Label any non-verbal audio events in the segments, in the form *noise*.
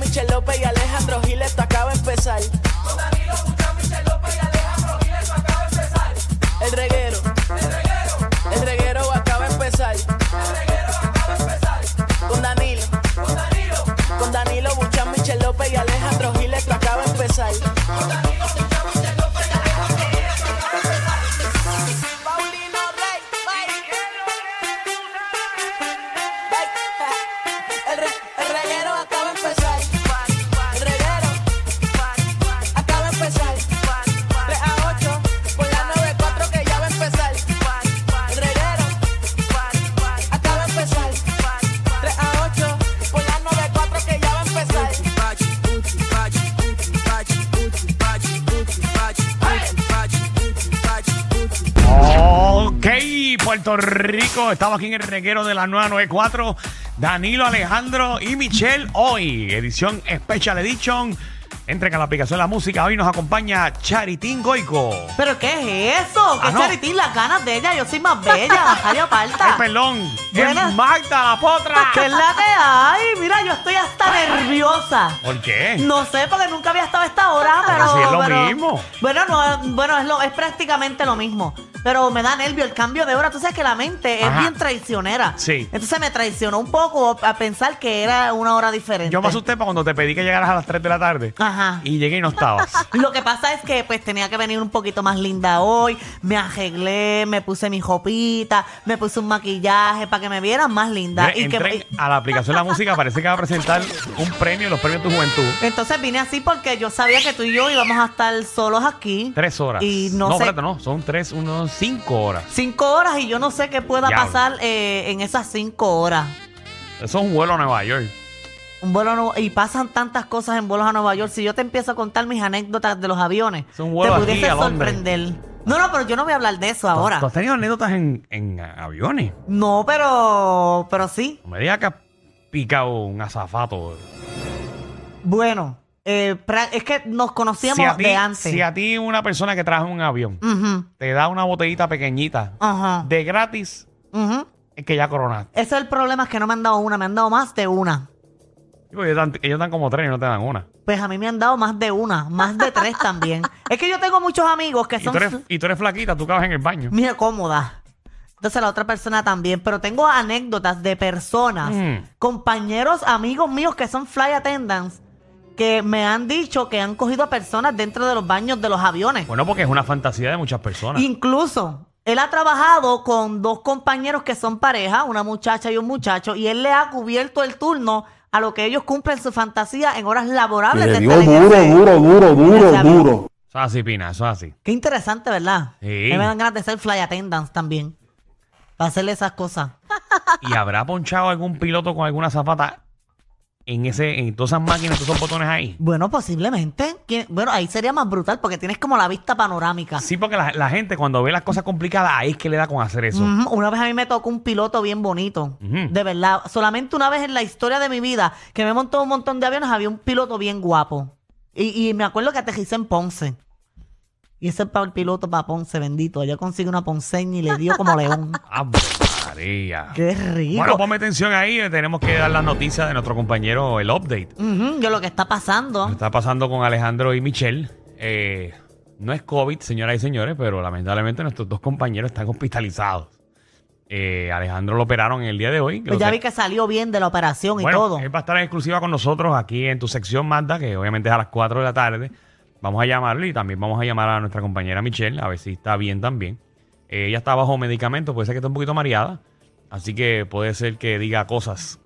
Michel López y Alejandro Gil, esto acaba de empezar. Con Danilo Buchan, Michel López y Alejandro Gil, esto acaba de empezar. El reguero, El reguero, el reguero acaba de empezar. el reguero acaba de empezar. Con Danilo, Con Danilo, con Danilo Buchan, Michel López y Alejandro Gil, esto acaba de empezar. Paulino Rey, Bye. El, re- el reguero acaba de empezar. El reguero acaba de empezar. 3 a 8 por la 94 que ya va a empezar. El reguero acaba de empezar. 3 a 8 por la 94 que ya va a empezar. Ok, Puerto Rico, estamos aquí en el reguero de la 994. Danilo, Alejandro y Michelle hoy, edición Special Edition. Entren a la aplicación de la música. Hoy nos acompaña Charitín Goico. ¿Pero qué es eso? ¿Qué Ah, no. charitín? Las ganas de ella. Yo soy más *laughs* bella. Ay, Ay, aparta. perdón, Buenas. es Magda la potra. Ah, ¿Qué es la que hay? Mira, yo estoy hasta nerviosa. ¿Por qué? No sé, porque nunca había estado a esta hora, pero... si es lo pero- mismo. Bueno, no, bueno es, lo, es prácticamente lo mismo. Pero me da nervio el cambio de hora. Tú sabes que la mente es Ajá. bien traicionera. Sí. Entonces me traicionó un poco a pensar que era una hora diferente. Yo me asusté para cuando te pedí que llegaras a las 3 de la tarde. Ajá. Y llegué y no estabas. *laughs* Lo que pasa es que pues tenía que venir un poquito más linda hoy, me arreglé, me puse mi jopita, me puse un maquillaje para que me vieran más linda. Mire, Y Entren que, y- a la aplicación de la música. Parece que va a presentar un premio, los premios de tu juventud. entonces vine así porque yo sabía que tú y yo íbamos a estar solos aquí. Tres horas. Y no, sé, espérate, no. Son tres, unos cinco horas. cinco horas y yo no sé qué pueda Diablo. pasar eh, en esas cinco horas. Eso es un vuelo a Nueva York. Un vuelo a Nueva- y pasan tantas cosas en vuelos a Nueva York. Si yo te empiezo a contar mis anécdotas de los aviones, Es un vuelo te aquí pudiese a Londres. sorprender. No, no, pero yo no voy a hablar de eso ¿Tú- ahora. ¿Tú has tenido anécdotas en, en aviones? No, pero, pero sí. No me digas que has picado un azafato. Bueno, eh, pra- es que nos conocíamos a ti, de antes. si a ti una persona que trabaja en un avión Ujú, te da una botellita pequeñita ajá, de gratis, ujú. es que ya coronaste. Ese es el problema, es que no me han dado una, me han dado más de una. Digo, Ellos dan, ellos dan como tres y no te dan una. Pues a mí me han dado más de una, más de tres *laughs* también. Es que yo tengo muchos amigos que Y son tú, eres, y tú eres flaquita, tú cabes en el baño. mira cómoda. Entonces la otra persona también, pero tengo anécdotas de personas, Mm. compañeros, amigos míos que son fly attendants, que me han dicho que han cogido a personas dentro de los baños de los aviones. Bueno, porque es una fantasía de muchas personas. Incluso él ha trabajado con dos compañeros que son pareja, una muchacha y un muchacho, y él le ha cubierto el turno a lo que ellos cumplen su fantasía en horas laborables. Le de dio estar en duro, ese- duro, duro, ese duro, avión. duro. Eso es así, Pina, eso es así. Qué interesante, ¿verdad? Sí. A mí Me dan ganas de ser fly attendants también. Para hacerle esas cosas. ¿Y habrá ponchado algún piloto con alguna zafata en ese, en todas esas máquinas, todos esos botones ahí? Bueno, posiblemente. ¿Quién- Bueno, ahí sería más brutal porque tienes como la vista panorámica. Sí, porque la, la gente cuando ve las cosas complicadas, ahí es que le da con hacer eso. Ujú, Una vez a mí me tocó un piloto bien bonito, Ujú. de verdad. Solamente una vez en la historia de mi vida que me montó un montón de aviones, había un piloto bien guapo. Y, y me acuerdo que aterricé en Ponce. Y ese para el piloto para Ponce, bendito. Yo conseguí una ponceña y le dio *laughs* como león. ¡Ave Ah, María! Qué rico. Bueno, ponme atención ahí, eh, tenemos que dar las noticias de nuestro compañero, el update. Ujú, yo lo que está Lo que pasando. está pasando con Alejandro y Michelle. eh, no es COVID, señoras y señores, pero lamentablemente nuestros dos compañeros están hospitalizados. Eh, Alejandro lo operaron el día de hoy. Pues ya vi que salió bien de la operación y bueno, eh, todo. Él va a estar en exclusiva con nosotros aquí en tu sección, Magda, que obviamente es a las 4 de la tarde. Vamos a llamarlo y también vamos a llamar a nuestra compañera Michelle, a ver si está bien también. Eh, ella está bajo medicamento, puede ser que esté un poquito mareada, así que puede ser que diga cosas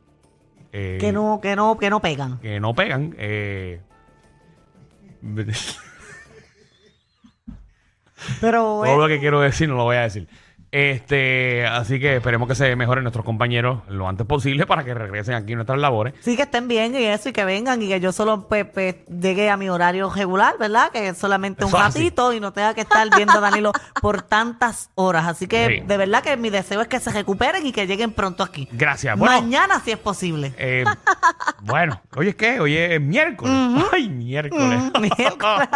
eh, Que no, que no, que no pegan. que no pegan. eh. *laughs* Pero Todo eh, lo que quiero decir no lo voy a decir. Este, así que esperemos que se mejoren nuestros compañeros lo antes posible para que regresen aquí a nuestras labores. sí que estén bien y eso, y que vengan, y que yo solo pues, pues, llegue a mi horario regular, ¿verdad? Que es solamente un Eso es así. ratito y no tenga que estar viendo *laughs* a Danilo por tantas horas. Así que Sí. de verdad que mi deseo es que se recuperen y que lleguen pronto aquí. Gracias. Bueno, Mañana si es posible. Eh, bueno, oye, es que hoy es miércoles. Ay, miércoles. *laughs* Mm, miércoles.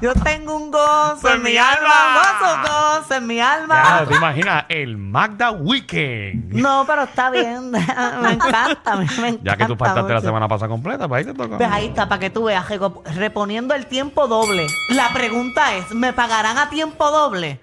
yo tengo un gozo en mi alma, gozo, gozo en mi alma. *laughs* Pues Ya, ¿Te imaginas? El Magda Weekend. No, pero está bien. *laughs* me encanta, a mí me encanta. Ya que tú faltaste la mucho. semana pasada completa, pues ahí te toca. Pues ahí está, para que tú veas, reco- reponiendo el tiempo doble. La pregunta es, ¿me pagarán a tiempo doble?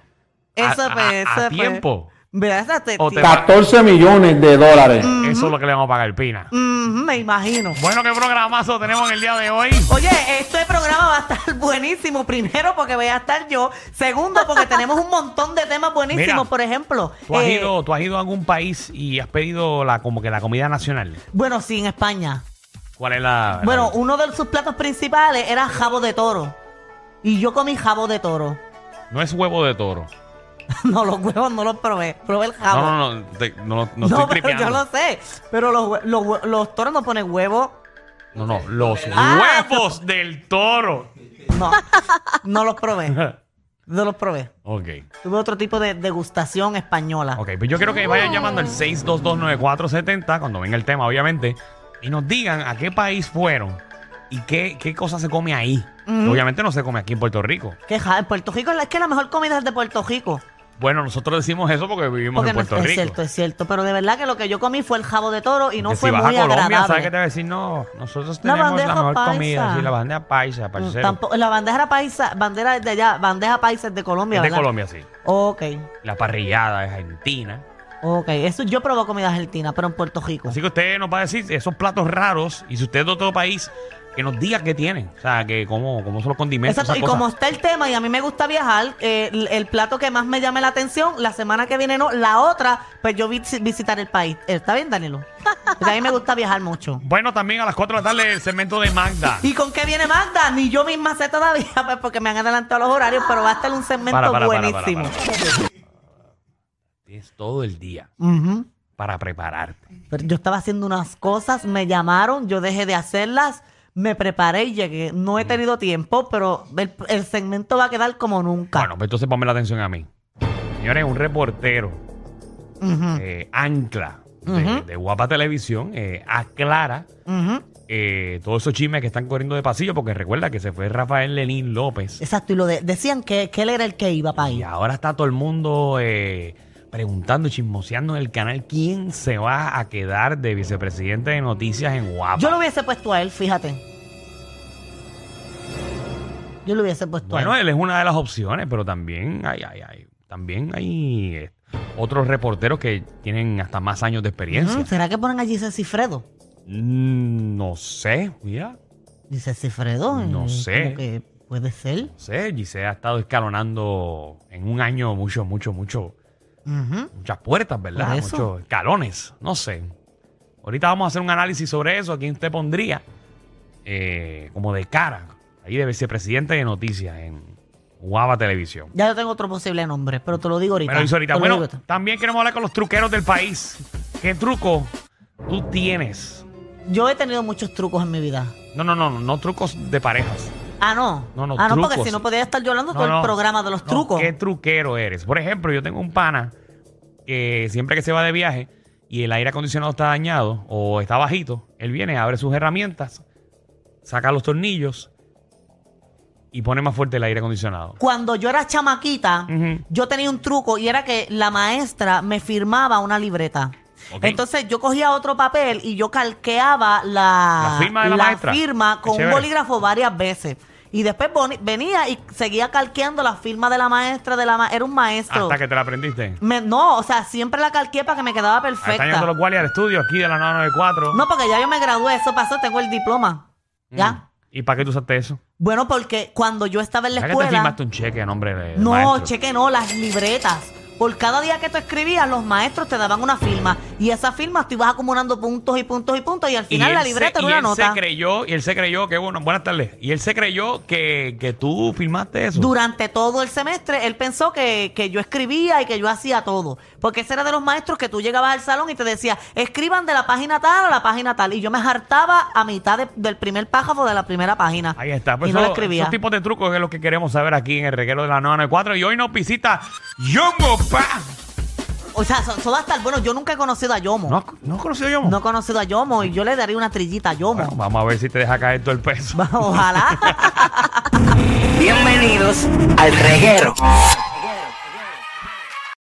Eso A- pues, a- a eso, pues. tiempo. ¿Verdad? Eso te- O te- 14 millones de dólares. Eso es lo que le vamos a pagar, Pina. Ujú, me imagino. Bueno, qué programazo tenemos en el día de hoy. Oye, este programa va a estar *laughs* buenísimo. Primero, porque voy a estar yo. Segundo, porque tenemos un montón de temas buenísimos. Mira, Por ejemplo, ¿Tú has, eh, ido, tú has ido a algún país y has pedido la, como que la comida nacional. bueno, sí, en España. ¿Cuál es la...? la- Bueno, uno de sus platos principales era jabo de toro. Y yo comí jabo de toro. *laughs* no es huevo de toro. No, los huevos no los probé. Probé el jabo. No, no, no. te- no, no, no Ah, No, estoy pero tripeando. *laughs* yo lo sé. Pero los, hue- los, hue- los toros no ponen huevo. No, no. Los Ah. huevos del toro. No, *laughs* no los probé. No los probé. ok. Tuve otro tipo de degustación española. Ok, pues yo quiero que vayan llamando al 6229470 cuando venga el tema, obviamente, y nos digan a qué país fueron y qué, qué cosa se come ahí. Obviamente no se come aquí en Puerto Rico. Que ja- en Puerto Rico es que la mejor comida es de Puerto Rico. Bueno, nosotros decimos eso porque vivimos Porque en no- Puerto es Rico. cierto, es cierto. Pero de verdad que lo que yo comí fue el jabo de toro y no Que fue si vas muy a Colombia, ¿sabes agradable. qué te va a decir? No, nosotros La tenemos la, bandeja mejor paisa. comida, sí, la bandeja paisa, Mm, parcero. tampoco- la bandera paisa, bandera es de allá, bandeja paisa es de Colombia, Es de ¿verdad? Colombia, sí. Ok, La parrillada es argentina. ok. Eso yo probé comida argentina, pero en Puerto Rico. Así que usted nos va a decir esos platos raros y si usted es de otro país, que nos diga qué tienen. O sea, que cómo, cómo son los condimentos. Exacto, esas y como cosas. está el tema y a mí me gusta viajar, eh, el, el plato que más me llame la atención, la semana que viene no, la otra, pues yo vis- visitar el país. ¿Está bien, Danilo? Porque a mí me gusta viajar mucho. *laughs* Bueno, también a las 4 de la tarde el segmento de Magda. ¿Y con qué viene Magda? Ni yo misma sé todavía, *laughs* pues porque me han adelantado los horarios, pero va a estar un segmento Para, para, para, buenísimo. para, Tienes todo el día Ujú. para prepararte. Pero yo estaba haciendo unas cosas, me llamaron, yo dejé de hacerlas, me preparé y llegué. No he tenido tiempo, pero el, el segmento va a quedar como nunca. Bueno, pues entonces ponme la atención a mí. Señores, un reportero, Ujú, eh, ancla de, Ujú. de Guapa Televisión, eh, aclara ujú. eh, todos esos chismes que están corriendo de pasillo, porque recuerda que se fue Rafael Lenín López. Exacto, y lo de- decían que, que él era el que iba para Y ahí. ahora está todo el mundo eh, preguntando y chismoseando en el canal quién se va a quedar de vicepresidente de noticias en Guapa. Yo lo hubiese puesto a él, fíjate. Yo lo hubiese puesto Bueno, a él. él es una de las opciones, pero también hay, hay, hay- también hay eh, otros reporteros que tienen hasta más años de experiencia. Ujú, ¿Será que ponen allí ese Cifredo? Mm, no sé, mira, Dice Cifredo. No eh, sé. como que puede ser. no sé, Giselle ha estado escalonando en un año mucho, mucho, mucho, Ujú. muchas puertas, ¿verdad? Por eso. Muchos escalones, no sé. Ahorita vamos a hacer un análisis sobre eso, a quién usted pondría eh, como de cara, ahí de vicepresidente de noticias en Guava Televisión. Ya yo tengo otro posible nombre, pero te lo digo ahorita. Me lo hizo ahorita. Te lo Bueno, digo ahorita. también queremos hablar con los truqueros del país. ¿Qué truco tú tienes? Yo he tenido muchos trucos en mi vida. No, no, no, no, no trucos de parejas. Ah, no. No, no, ah, no, porque trucos. si no podría estar yo hablando No, todo no. el programa de los No, trucos. ¿Qué truquero eres? Por ejemplo, yo tengo un pana que siempre que se va de viaje y el aire acondicionado está dañado o está bajito, él viene, abre sus herramientas, saca los tornillos y pone más fuerte el aire acondicionado. Cuando yo era chamaquita, Ujú. yo tenía un truco y era que la maestra me firmaba una libreta. Ok. Entonces yo cogía otro papel y yo calqueaba la, La firma de la maestra. firma Qué con un chévere. bolígrafo varias veces. Y después boni- venía y seguía calqueando la firma de la maestra. de la ma- Era un maestro. Hasta que te la aprendiste. Me- no, o sea, siempre la calqueé para que me quedaba Ahí perfecta. están yendo los guardias al estudio aquí de la 994. No, porque ya yo me gradué, eso pasó, tengo el diploma. Mm. ¿Ya? ¿Y para qué tú usaste eso? Bueno, porque cuando yo estaba en la Ya que te escuela. firmaste un cheque a nombre de No, maestro. cheque, no, las libretas. Por cada día que tú escribías, los maestros te daban una firma. Y esa firma tú ibas acumulando puntos y puntos y puntos. Y al final él la se- libreta y era una él nota. Se creyó, y él se creyó que bueno, buenas tardes. Y él se creyó que, que tú firmaste eso. Durante todo el semestre, él pensó que, que yo escribía y que yo hacía todo. Porque ese era de los maestros que tú llegabas al salón y te decía, escriban de la página tal a la página tal. Y yo me hartaba a mitad de- del primer párrafo de la primera página. Ahí está. Pues y no eso- la escribía. Esos tipos de trucos es lo que queremos saber aquí en el reguero de la 994. Y hoy nos visita Yomo Pa. O sea, eso, eso va a estar bueno. Yo nunca he conocido a Yomo. ¿No, has- no has conocido a Yomo? No he conocido a Yomo y yo le daría una trillita a Yomo. Bueno, vamos a ver si te deja caer todo el peso. *laughs* Ojalá. Bienvenidos al reguero.